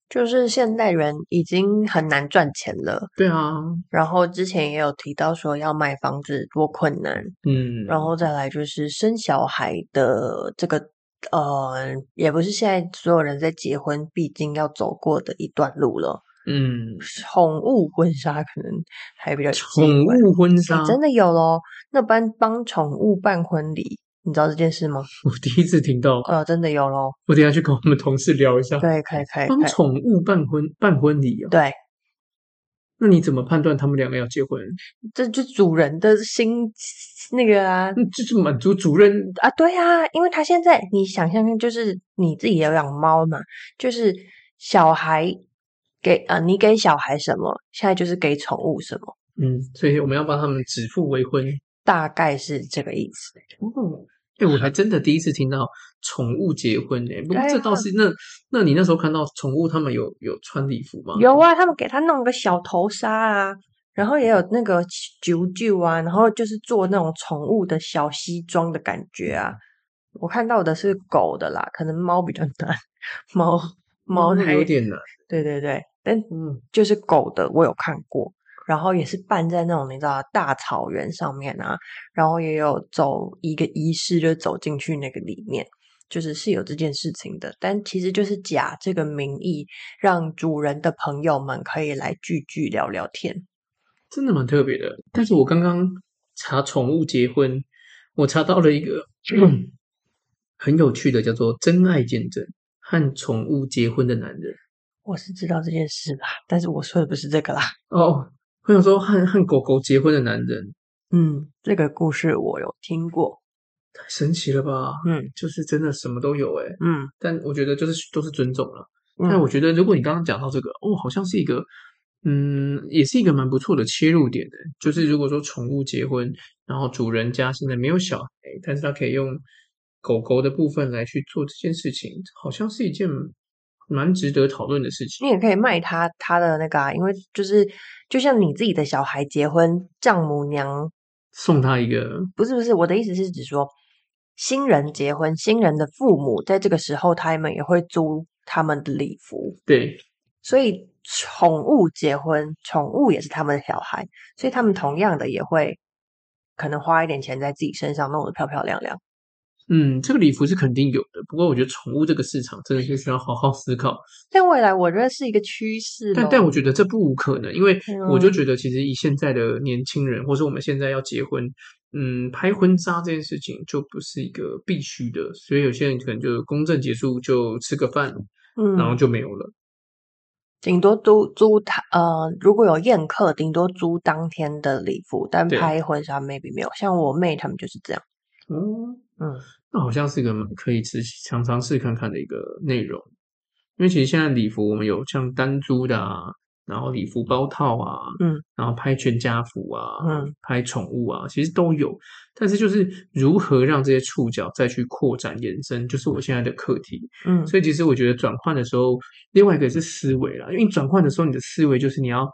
S2: 就是现代人已经很难赚钱了，
S1: 对啊，
S2: 然后之前也有提到说要买房子多困难，
S1: 嗯，
S2: 然后再来就是生小孩的这个，呃，也不是现在所有人在结婚必经要走过的一段路了。
S1: 嗯，
S2: 宠物婚纱可能还比较有机
S1: 宠
S2: 会
S1: 物婚
S2: 哎
S1: 纱，
S2: 真的有咯，那帮帮宠物办婚礼，你知道这件事吗？
S1: 我第一次听到，
S2: 呃，真的有咯，
S1: 我等一下去跟我们同事聊一下。
S2: 对，可以可以
S1: 帮
S2: 可以，
S1: 宠物办婚办婚礼啊？
S2: 对，
S1: 那你怎么判断他们两个要结婚？
S2: 这就主人的心那个啊，
S1: 那嗯这是满足主任
S2: 啊，对啊，因为他现在你想象看，就是你自己有养猫嘛，就是小孩给啊、你给小孩什么，现在就是给宠物什么，
S1: 嗯，所以我们要帮他们指腹为婚。
S2: 大概是这个意思。
S1: 哦，哎、我还真的第一次听到宠物结婚哎、不过
S2: 对
S1: 这倒
S2: 啊
S1: 是那那你那时候看到宠物他们有有穿礼服吗？
S2: 有啊，他们给他弄个小头纱啊，然后也有那个啾啾啊，然后就是做那种宠物的小西装的感觉啊。我看到的是狗的啦，可能猫比较难，猫猫
S1: 那
S2: 还
S1: 有点难。
S2: 对对对，但
S1: 嗯，
S2: 就是狗的，我有看过，然后也是办在那种你知道大草原上面啊，然后也有走一个仪式，就走进去那个里面，就是是有这件事情的，但其实就是假这个名义，让主人的朋友们可以来聚聚聊聊天。
S1: 真的蛮特别的。但是我刚刚查宠物结婚，我查到了一个、 <clears throat> 很有趣的，叫做“真爱见证”和宠物结婚的男人。
S2: 我是知道这件事啦，但是我说的不是这个啦。
S1: 哦，我想说和和狗狗结婚的男人，
S2: 嗯，这个故事我有听过。
S1: 太神奇了吧？
S2: 嗯
S1: 就是真的什么都有哎、
S2: 嗯，
S1: 但我觉得就是都是尊重啊了。但
S2: 嗯
S1: 我觉得如果你刚刚讲到这个，哦，好像是一个，嗯，也是一个蛮不错的切入点的。就是如果说宠物结婚，然后主人家现在没有小孩，但是他可以用狗狗的部分来去做这件事情，好像是一件蛮值得讨论的事情。
S2: 你也可以卖他他的那个啊，因为就是就像你自己的小孩结婚，丈母娘
S1: 送他一个，
S2: 不是不是，我的意思是指说，新人结婚，新人的父母在这个时候，他们也会租他们的礼服，
S1: 对
S2: 所以宠物结婚，宠物也是他们的小孩，所以他们同样的也会可能花一点钱在自己身上弄得漂漂亮亮。
S1: 嗯，这个礼服是肯定有的，不过我觉得宠物这个市场真的是需要好好思考。
S2: 但未来我觉得是一个趋势咯，
S1: 但但我觉得这不无可能，因为
S2: 嗯
S1: 我就觉得其实以现在的年轻人，或是我们现在要结婚，嗯，拍婚纱这件事情就不是一个必须的，所以有些人可能就公证结束就吃个饭，
S2: 嗯，
S1: 然后就没有了。
S2: 顶多租租他呃，如果有宴客，顶多租当天的礼服，但
S1: 对
S2: 拍婚纱 maybe 没有。像我妹他们就是这样，
S1: 哦，
S2: 嗯，
S1: 那好像是个蛮可以持续常尝试看看的一个内容，因为其实现在礼服我们有像单租的啊，然后礼服包套啊，
S2: 嗯，
S1: 然后拍全家福啊，
S2: 嗯，
S1: 拍宠物啊，其实都有。但是就是如何让这些触角再去扩展延伸，就是我现在的课题。
S2: 嗯，
S1: 所以其实我觉得转换的时候，另外一个是思维啦，因为你转换的时候，你的思维就是你要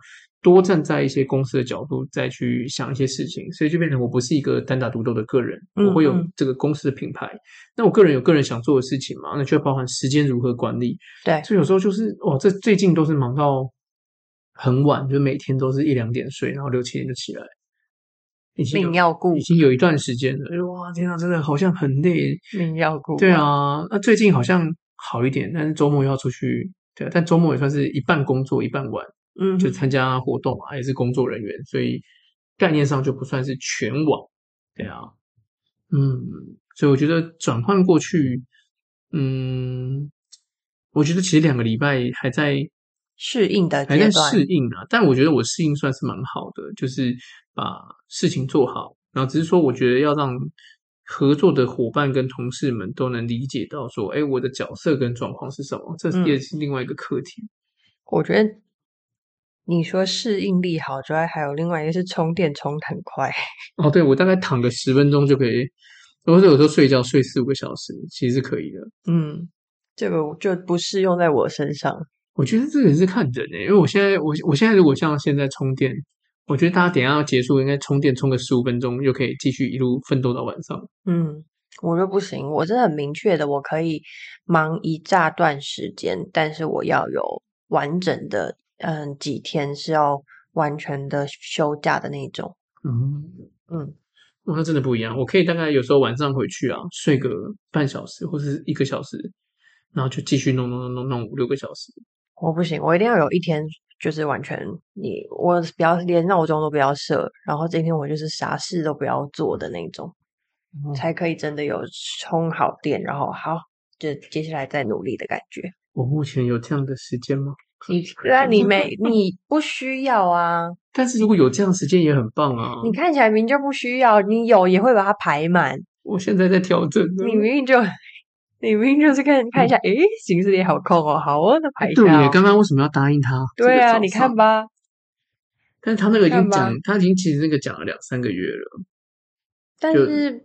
S1: 多站在一些公司的角度再去想一些事情，所以就变成我不是一个单打独斗的个人，
S2: 嗯
S1: 我会有
S2: 嗯
S1: 这个公司的品牌。那我个人有个人想做的事情嘛，那就要包含时间如何管理。
S2: 对，
S1: 所以有时候就是哇，这最近都是忙到很晚，就每天都是一两点睡，然后六七点就起来。已经有
S2: 命要顾
S1: 已，经有一段时间了，哎呦哇，天啊，真的好像很累，
S2: 命要顾，
S1: 对，啊，那最近好像好一点，但是周末又要出去，对啊，但周末也算是一半工作一半玩，
S2: 嗯
S1: 就
S2: 哼，
S1: 参加活动啊，也是工作人员，所以概念上就不算是全网，对啊，嗯，所以我觉得转换过去，嗯，我觉得其实两个礼拜还在
S2: 适应的
S1: 还
S2: 阶
S1: 在
S2: 段，
S1: 适应啊，但我觉得我适应算是蛮好的，就是把事情做好，然后只是说我觉得要让合作的伙伴跟同事们都能理解到说，哎，我的角色跟状况是什么，这
S2: 嗯
S1: 也是另外一个课题。
S2: 我觉得你说适应力好之外，还有另外一个是充电充得很快，
S1: 哦，对我大概躺个十分钟就可以，或者有时候睡觉睡四五个小时，其实是可以的。
S2: 嗯，这个就不适用在我身上，
S1: 我觉得这个是看人诶、因为我现在我我现在如果像现在充电，我觉得大家等一下要结束应该充电充个十五分钟，又可以继续一路奋斗到晚上。
S2: 嗯，我就不行，我真的很明确的，我可以忙一大段时间，但是我要有完整的，嗯，几天是要完全的休假的那种。
S1: 嗯，
S2: 嗯，
S1: 哇，哦那真的不一样。我可以大概有时候晚上回去啊，睡个半小时或是一个小时，然后就继续弄弄弄弄弄五六个小时。
S2: 我不行，我一定要有一天就是完全你，我不要连闹钟都不要设，然后今天我就是啥事都不要做的那种，嗯
S1: 嗯哦
S2: 才可以真的有充好电，然后好，就接下来再努力的感觉。
S1: 我目前有这样的时间吗？
S2: 你虽然你没，你不需要啊。
S1: 但是如果有这样的时间也很棒啊！
S2: 你看起来明就不需要，你有也会把它排满。
S1: 我现在在调整呢。
S2: 你明明就，你明明就是看看一下，诶，形式也好空哦，好哦，那排一下
S1: 嗯对耶
S2: 哦、，
S1: 刚刚为什么要答应他？
S2: 对啊，你
S1: 吧。
S2: 看吧，
S1: 但是他那个已经
S2: 看吧
S1: 讲，他已经其实那个讲了两三个月了。
S2: 但
S1: 就是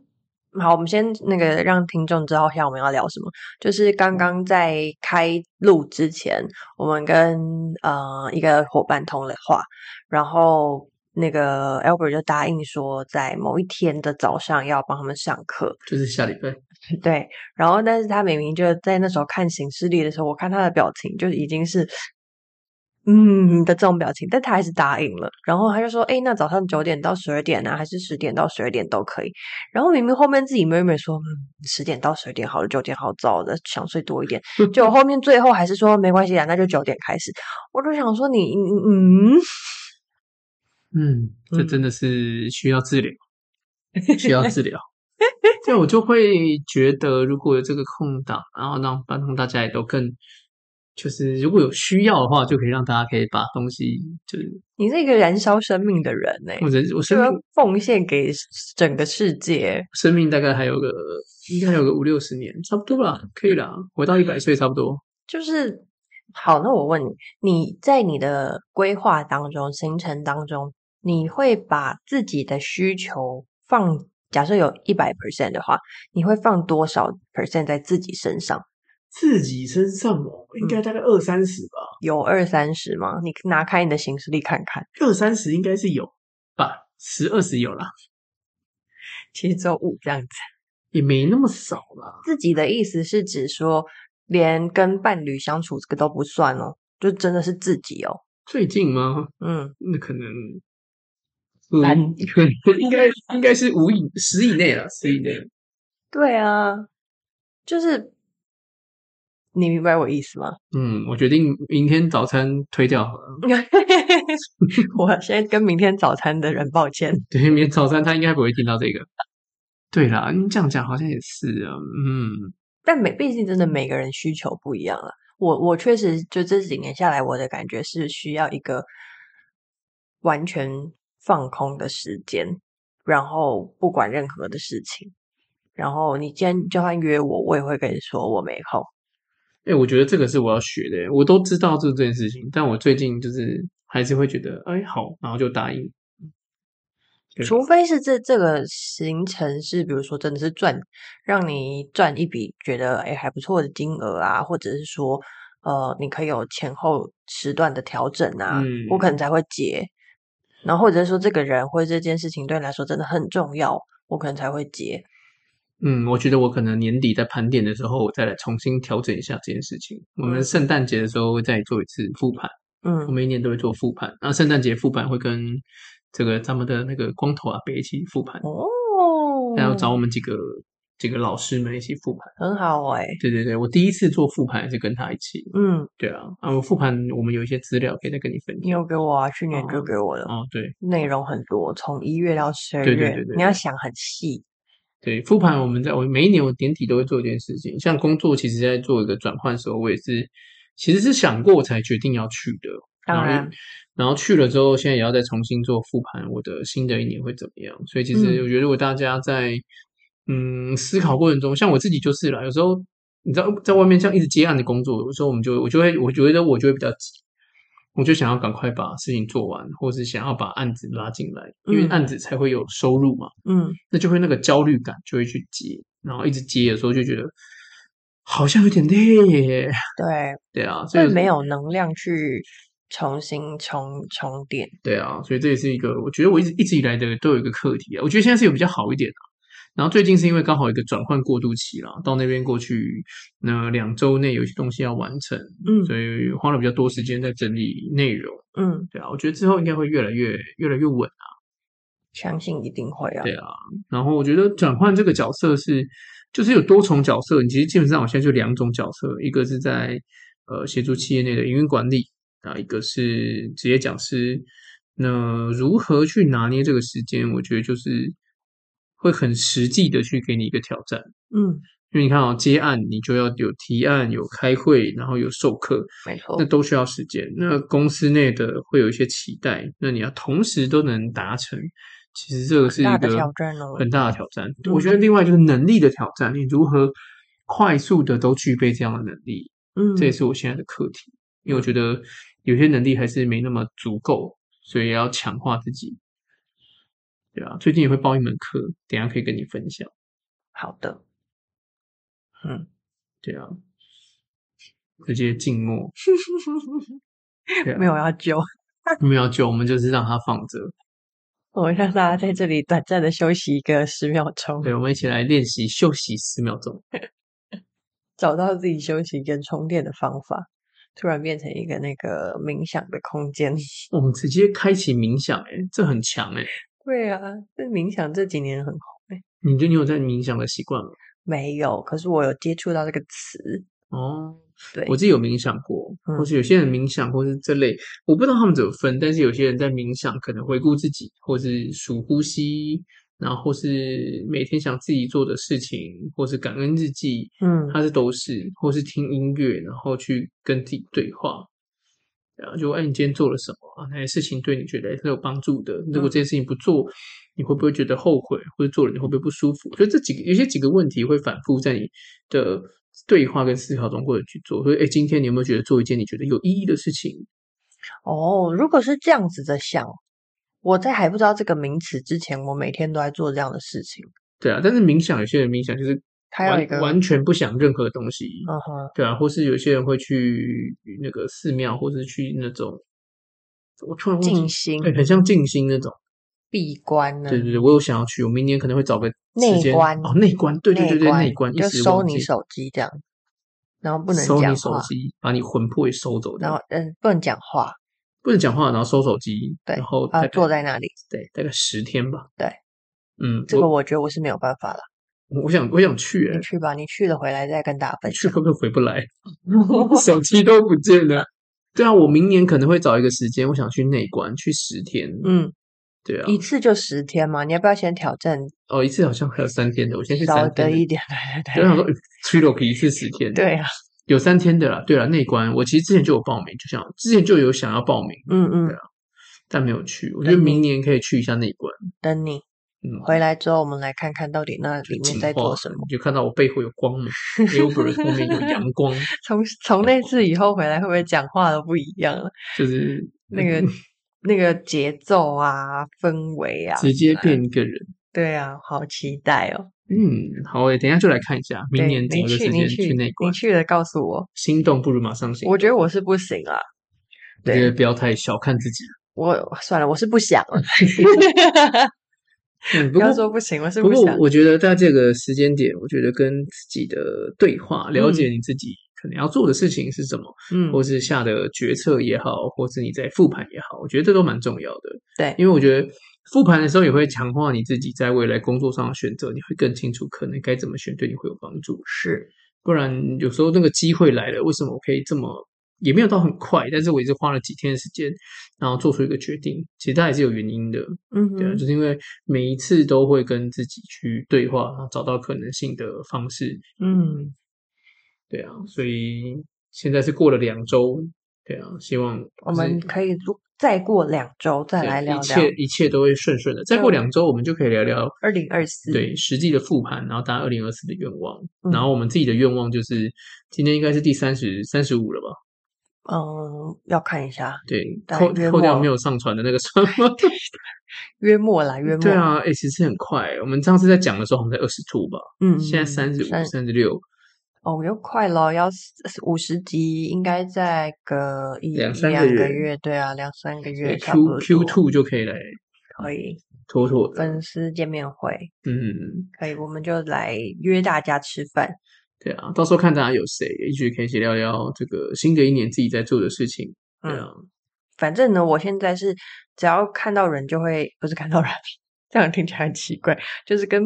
S2: 好，我们先那个让听众知道一下我们要聊什么。就是刚刚在开录之前，我们跟呃一个伙伴通了话，然后那个 Albert 就答应说，在某一天的早上要帮他们上课。
S1: 就是下礼拜，
S2: 对，然后但是他明明就在那时候看行事历的时候，我看他的表情就已经是嗯的这种表情，但他还是答应了。然后他就说：“哎，那早上九点到十二点啊，还是十点到十二点都可以。”然后明明后面自己妹妹说：“嗯，十点到十二点好了，九点好早的，想睡多一
S1: <laughs>
S2: 点。”就后面最后还是说：“没关系啊，那就九点开始。”我就想说你嗯，
S1: 嗯，这
S2: 嗯
S1: 真的是需要治疗， <laughs> 需要治疗。对，我就会觉得，如果有这个空档，然后让让大家也都更，就是如果有需要的话，就可以让大家可以把东西，就是
S2: 你是一个燃烧生命的人呢、
S1: 我人我
S2: 就
S1: 生
S2: 要
S1: 命
S2: 奉献给整个世界。
S1: 生命大概还有个应该有个五六十年，差不多啦，可以啦，活到一百岁差不多。
S2: 就是好，那我问你，你在你的规划当中、行程当中，你会把自己的需求放，假设有一百 percent 的话，你会放多少 percent 在自己身上？
S1: 自己身上哦，应该大概二三十吧，
S2: 有二三十吗？你拿开你的行事历看看，
S1: 二三十应该是有吧，十二十有啦，
S2: 其实只有五这样子。
S1: 也没那么少啦。
S2: 自己的意思是指说，连跟伴侣相处这个都不算哦，就真的是自己哦。
S1: 最近吗？
S2: 嗯，
S1: 那可能，
S2: 三
S1: 嗯，可能应该应该是五以十以内了，十以内。
S2: 对啊，就是你明白我意思吗？
S1: 嗯，我决定明天早餐推掉好了。
S2: <laughs> 我先跟明天早餐的人抱歉。
S1: 对，明天早餐他应该不会听到这个。对啦，你这样讲好像也是啊，嗯，
S2: 但每毕竟真的每个人需求不一样了。我我确实就这几年下来，我的感觉是需要一个完全放空的时间，然后不管任何的事情。然后你今天就算约我，我也会跟你说我没空。
S1: 哎、我觉得这个是我要学的欸，我都知道做这件事情，但我最近就是还是会觉得，哎、好，然后就答应。对
S2: 除非是这这个行程是，比如说真的是赚，让你赚一笔觉得哎还不错的金额啊，或者是说呃你可以有前后时段的调整啊，
S1: 嗯
S2: 我可能才会结。然后或者是说这个人或者这件事情对你来说真的很重要，我可能才会结。
S1: 嗯，我觉得我可能年底在盘点的时候，我再来重新调整一下这件事情。我们
S2: 嗯
S1: 圣诞节的时候会再做一次复盘，我
S2: 嗯
S1: 每一年都会做复盘。那圣诞节复盘会跟这个咱们的那个光头阿伯一起复盘，
S2: 哦，
S1: 然后找我们几个几个老师们一起复盘。
S2: 很好哎、
S1: 对对对，我第一次做复盘是跟他一起。
S2: 嗯，
S1: 对啊，啊，我复盘我们有一些资料可以再跟你分
S2: 你
S1: 享。
S2: 有给我啊，去年就
S1: 哦
S2: 给我了，
S1: 哦，对
S2: 内容很多，从一月到十二
S1: 对对
S2: 月
S1: 对对，
S2: 你要
S1: 对
S2: 想很细。
S1: 对，复盘我们在我每一年我年底都会做一件事情，像工作其实在做一个转换的时候，我也是其实是想过我才决定要去的。
S2: 当
S1: 然
S2: 然
S1: 后，然后去了之后，现在也要再重新做复盘，我的新的一年会怎么样？所以其实
S2: 嗯
S1: 我觉得，如果大家在嗯思考过程中，像我自己就是啦，有时候你知道在外面这样一直接案的工作，有时候我们就我就会我觉得我就会比较急，我就想要赶快把事情做完，或是想要把案子拉进来，因为
S2: 嗯
S1: 案子才会有收入嘛。
S2: 嗯，
S1: 那就会那个焦虑感就会去接，然后一直接的时候就觉得好像有点累耶，
S2: 对，
S1: 对啊，所
S2: 会
S1: 以
S2: 没有能量去重新重重点。
S1: 对啊，所以这也是一个我觉得我一直一直以来的都有一个课题啊，我觉得现在是有比较好一点啊。然后最近是因为刚好有一个转换过渡期啦，到那边过去那两周内有一些东西要完成，
S2: 嗯
S1: 所以花了比较多时间在整理内容。
S2: 嗯，
S1: 对啊，我觉得之后应该会越来越越来越稳。
S2: 相信一定会啊。
S1: 对啊，然后我觉得转换这个角色是，就是有多重角色。你其实基本上我现在就两种角色，一个是在呃协助企业内的营运管理，啊，一个是职业讲师。那如何去拿捏这个时间，我觉得就是会很实际的去给你一个挑战。
S2: 嗯，
S1: 因为你看啊、接案你就要有提案、有开会，然后有授课，
S2: 没错
S1: 那。都需要时间。那公司内的会有一些期待，那你要同时都能达成，其实这个是一
S2: 大的
S1: 个
S2: 挑战哦
S1: 很大的挑战。我觉得另外就是能力的挑战，你如何快速的都具备这样的能力，
S2: 嗯，
S1: 这也是我现在的课题。因为我觉得有些能力还是没那么足够，所以要强化自己。对啊，最近也会报一门课，等一下可以跟你分享。
S2: 好的。
S1: 对啊，直接静
S2: <laughs>
S1: 默。对啊
S2: 没有要揪，
S1: 没有救，我们就是让它放着。
S2: 嗯我让大家在这里短暂的休息一个十秒钟，
S1: 对，我们一起来练习休息十秒钟。
S2: 找到自己休息跟充电的方法，突然变成一个那个冥想的空间。 <laughs>
S1: 我们直接开启冥想、欸，这很强哎、
S2: 对啊，这冥想这几年很红诶、
S1: 你觉得你有在冥想的习惯吗？
S2: 没有，可是我有接触到这个词。
S1: 哦，
S2: 对，
S1: 我自己有冥想过，
S2: 嗯
S1: 或是有些人冥想，或是这类，我不知道他们怎么分，但是有些人在冥想可能回顾自己，或是数呼吸，然后或是每天想自己做的事情，或是感恩日记，
S2: 嗯，
S1: 他是都是，或是听音乐，然后去跟自己对话，然后就哎，你今天做了什么啊？哪些事情对你觉得是有帮助的？
S2: 嗯
S1: 如果这件事情不做，你会不会觉得后悔，或者做了你会不会不舒服？所以这几个有些几个问题会反复在你的对话跟思考中或者去做。所以，哎，今天你有没有觉得做一件你觉得有意义的事情？
S2: 哦，如果是这样子的想，我在还不知道这个名词之前，我每天都在做这样的事情。
S1: 对啊，但是冥想有些人冥想就是
S2: 他有一
S1: 完
S2: 个，
S1: 完全不想任何东西，
S2: 嗯哼，
S1: 对啊，或是有些人会去那个寺庙，或是去那种，我突然忘记
S2: 静心、
S1: 对，很像静心那种。
S2: 闭关呢，
S1: 对对对，我有想要去，我明年可能会找个时
S2: 内
S1: 间
S2: 关
S1: 哦，内观，对对对对，内观，一
S2: 就
S1: 时
S2: 收
S1: 忘
S2: 你
S1: 记
S2: 手机这样，然后不能
S1: 收
S2: 讲
S1: 你手
S2: 话，
S1: 机，把你魂魄也收走，
S2: 然后嗯，不能讲话，
S1: 不能讲话，然后收手机，
S2: 对
S1: 然后大
S2: 啊，
S1: 概
S2: 坐在那里，
S1: 对大概十天吧，
S2: 对，
S1: 嗯，
S2: 这个
S1: 我
S2: 我觉得我是没有办法了。
S1: 我想我想去、
S2: 你
S1: 欸，
S2: 去吧，你去了回来再跟大家分
S1: 去
S2: 享。
S1: 会不会回不
S2: <laughs>
S1: 来？手机都不见了。对啊，我明年可能会找一个时间，我想去内观，去十天。
S2: 嗯，
S1: 对啊，
S2: 一次就十天嘛，你要不要先挑战
S1: 哦，一次好像还有三天的，我先去
S2: 稍微
S1: 三天
S2: 得
S1: 的。
S2: 一点？ <laughs>
S1: 我
S2: 对
S1: 想
S2: 对
S1: 说，呃吹牛皮一次十天，
S2: 对，， <laughs> 对啊，
S1: 有三天的啦。对啦，内观我其实之前就有报名，就想之前就有想要报名，
S2: 嗯嗯，
S1: 但没有去。我觉
S2: 等
S1: 得
S2: 你
S1: 明年可以去一下内观，
S2: 等你
S1: 嗯，
S2: 回来之后，我们来看看到底那里面
S1: 进
S2: 在
S1: 化
S2: 做什么。
S1: 你就看到我背后有光嘛，Uber 后面有阳光，
S2: 从从那次以后回来，会不会讲话都不一样了？
S1: 就是嗯
S2: 那
S1: <laughs>
S2: 个那个节奏啊，氛围啊，
S1: 直接变一个人。
S2: 对啊，好期待哦！
S1: 嗯，好诶，等一下就来看一下，明
S2: 对
S1: 年找
S2: 你
S1: 个时
S2: 去，你
S1: 间
S2: 去，
S1: 去内
S2: 你
S1: 观。
S2: 去了告诉我。
S1: 心动不如马上行动。
S2: 我觉得我是不行啊，
S1: 我觉
S2: 对
S1: 得不要太小看自己。
S2: 我算了，我是不想了。
S1: 嗯，不
S2: 不要
S1: 过
S2: 说不行，我是
S1: 不
S2: 不
S1: 过
S2: 想。
S1: 我觉得在这个时间点，我觉得跟自己的对话，了解你自己可能要做的事情是什么，
S2: 嗯，
S1: 或是下的决策也好，或是你在复盘也好，我觉得这都蛮重要的。
S2: 对，
S1: 因为我觉得复盘的时候也会强化你自己在未来工作上的选择，你会更清楚可能该怎么选对你会有帮助。
S2: 是，
S1: 不然有时候那个机会来了，为什么我可以这么也没有到很快，但是我也是花了几天的时间，然后做出一个决定，其实它也是有原因的，
S2: 嗯
S1: 对啊，
S2: 哼，
S1: 就是因为每一次都会跟自己去对话，然后找到可能性的方式，
S2: 嗯，
S1: 对啊，所以现在是过了两周，对啊，希望
S2: 我
S1: 就是
S2: 们可以如再过两周再
S1: 对
S2: 来聊
S1: 一
S2: 聊
S1: 切一切都会顺顺的，再过
S2: 对啊
S1: 两周我们就可以聊聊
S2: 二零二四。，
S1: 对实际的复盘，然后大家二零二四的愿望，
S2: 嗯
S1: 然后我们自己的愿望就是今天应该是第三十三十五了吧。
S2: 嗯，要看一下，
S1: 对，
S2: 大
S1: 扣
S2: 约
S1: 扣掉
S2: 末
S1: 没有上传的那个算吗？ <laughs>
S2: 约莫啦，约莫。
S1: 对，啊，哎、其实很快欸。我们上次在讲的时候，好像才二十出吧，
S2: 嗯，
S1: 现在
S2: 嗯
S1: 三十五、
S2: 三
S1: 三十六，
S2: 哦，又快了，要五十集，应该在个一
S1: 两
S2: 一
S1: 三个
S2: 两
S1: 月
S2: 月，对啊，两三个月差不多
S1: ，Q Q 哎 two 就可以来
S2: 可以
S1: 妥妥的。
S2: 粉丝见面会，
S1: 嗯，
S2: 可以，我们就来约大家吃饭。
S1: 对啊，到时候看大家有谁，也许可以一起聊聊这个新的一年自己在做的事情。对啊
S2: 嗯，，反正呢，我现在是只要看到人就会，不是看到人，这样听起来很奇怪，就是跟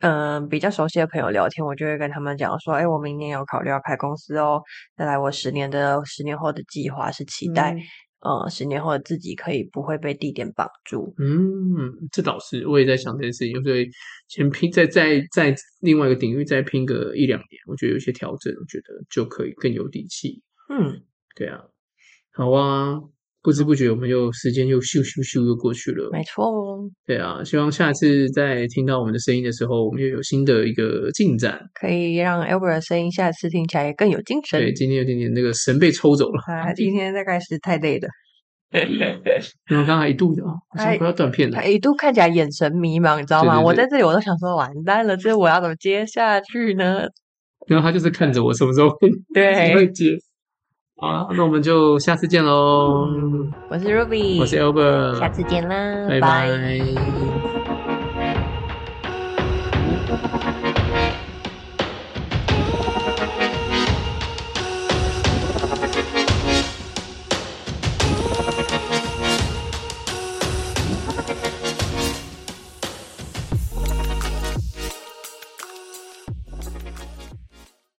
S2: 嗯、呃比较熟悉的朋友聊天，我就会跟他们讲说，哎，我明年有考虑要开公司哦，再来我十年的十年后的计划是期待，呃，十年后的自己可以不会被地点绑住，
S1: 嗯，嗯，这倒是，我也在想这件事情，所以先拼，再再再另外一个领域再拼个一两年，我觉得有一些调整，我觉得就可以更有底气。
S2: 嗯，
S1: 对啊，好啊，不知不觉我们又时间又咻咻咻又过去了。
S2: 没错哦，
S1: 对啊，希望下次在听到我们的声音的时候，我们又有新的一个进展。
S2: 可以让 Albert 的声音下次听起来更有精神
S1: 对，。今天有点点那个神被抽走了，
S2: 他啊今天大概是太累了，
S1: 然后刚才一度的哦，好像
S2: 哎
S1: 快要断片了
S2: 他。一度看起来眼神迷茫，你知道
S1: 对
S2: 吗？
S1: 对
S2: 我
S1: 对
S2: 在这里我都想说，完蛋了，这我要怎么接下
S1: <laughs>
S2: 去呢？
S1: 然后他就是看着我什么时候会
S2: 对
S1: 会，接。好啊，那我们就下次见喽。
S2: 嗯我是 Ruby，
S1: 我是 Albert，
S2: 下次见啦，
S1: 拜拜。